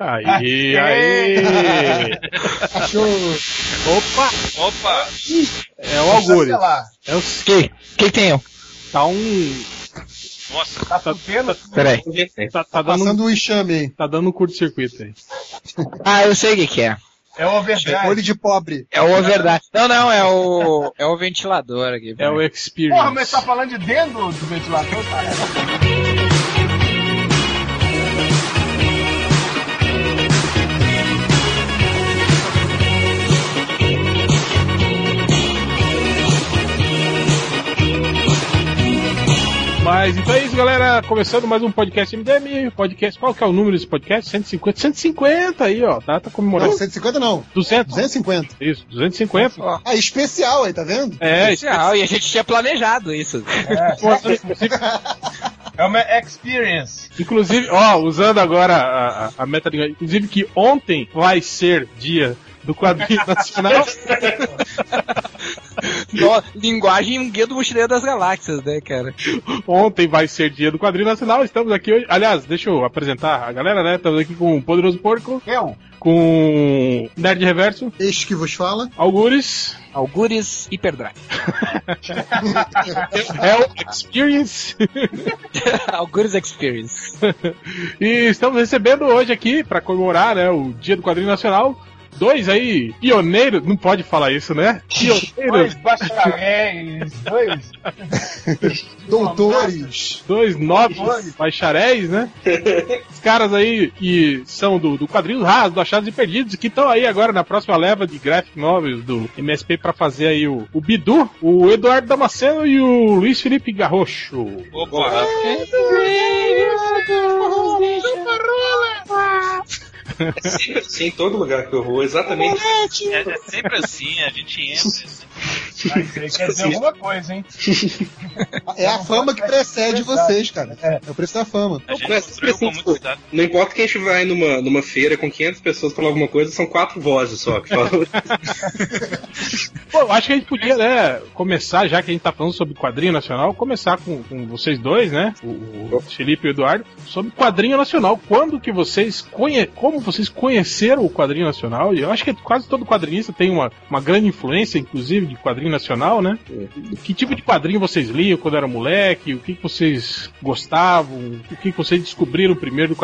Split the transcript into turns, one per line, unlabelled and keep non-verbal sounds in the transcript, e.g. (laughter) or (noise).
Aí, aí!
Opa!
Opa!
(laughs) É o Algures.
lá.
É o
Que? Que tem eu?
Tá um.
Nossa,
Tá fudendo.
Peraí.
Tá, tá dando, um-
Passando um enxame aí.
tá dando um curto-circuito aí.
Ah, eu sei o que que é.
É o overdrive.
Olho de pobre.
É o overdrive. Não, não, é o. É o ventilador aqui.
É o
peraí.
Experience.
Porra, mas tá falando de dentro do ventilador, cara.
Mas então é isso, galera. Começando mais um podcast MDM. Podcast, qual que é o número desse podcast? 150. 150 aí, ó. Tá, tá comemorando.
Não, 150 não.
200.
250.
Isso, 250.
Ah, especial aí, tá vendo?
É, isso.
Especial, e a gente tinha planejado (laughs) isso.
É uma experience.
Inclusive, ó, usando agora a, a, a meta de. Inclusive que ontem vai ser dia do quadrinho (laughs) nacional.
Nó- Linguagem um guia do mochileiro das galáxias, né, cara?
Ontem vai ser dia do quadrinho nacional. Estamos aqui hoje. Aliás, deixa eu apresentar a galera, né? Estamos aqui com o Poderoso Porco,
Eu?
com Nerd Reverso,
Este que vos fala.
Algures,
Algures Hyperdrive.
Hell é Experience.
(laughs)
(laughs)
Algures Experience.
E estamos recebendo hoje aqui, para comemorar, né, o Dia do Quadrinho Nacional, dois aí pioneiros, não pode falar isso, né?
Dois
Pioneiros,
bacharéis, dois.
Doutores.
dois nobres bacharéis, né? Os caras aí que são do, do quadrinho raso, do Achados e Perdidos, que estão aí agora na próxima leva de graphic novels do MSP para fazer aí o, o Bidu, o Eduardo Damasceno e o Luiz Felipe Garrocho.
opa!
Sempre assim, em todo lugar que eu vou, exatamente.
É, é sempre assim, a gente entra.
Ah, isso aí quer dizer alguma coisa, hein?
É a fama que precede vocês, cara. É o preço da fama.
A gente
Mas sempre
construiu
assim,
com muito
tipo,
cuidado.
não importa que a gente vai numa, numa feira com 500 pessoas falar alguma coisa, são quatro vozes só que falam.
Pô, eu acho que a gente podia, né, começar, já que a gente tá falando sobre quadrinho nacional, começar com, com vocês dois, né, o, o Felipe e o Eduardo, sobre quadrinho nacional. Quando que vocês, conhe... como vocês conheceram o quadrinho nacional? E eu acho que quase todo quadrinista tem uma, uma grande influência, inclusive, de quadrinho nacional, né? Que tipo de quadrinho vocês liam quando eram moleque? O que, que vocês gostavam? O que, que vocês descobriram primeiro do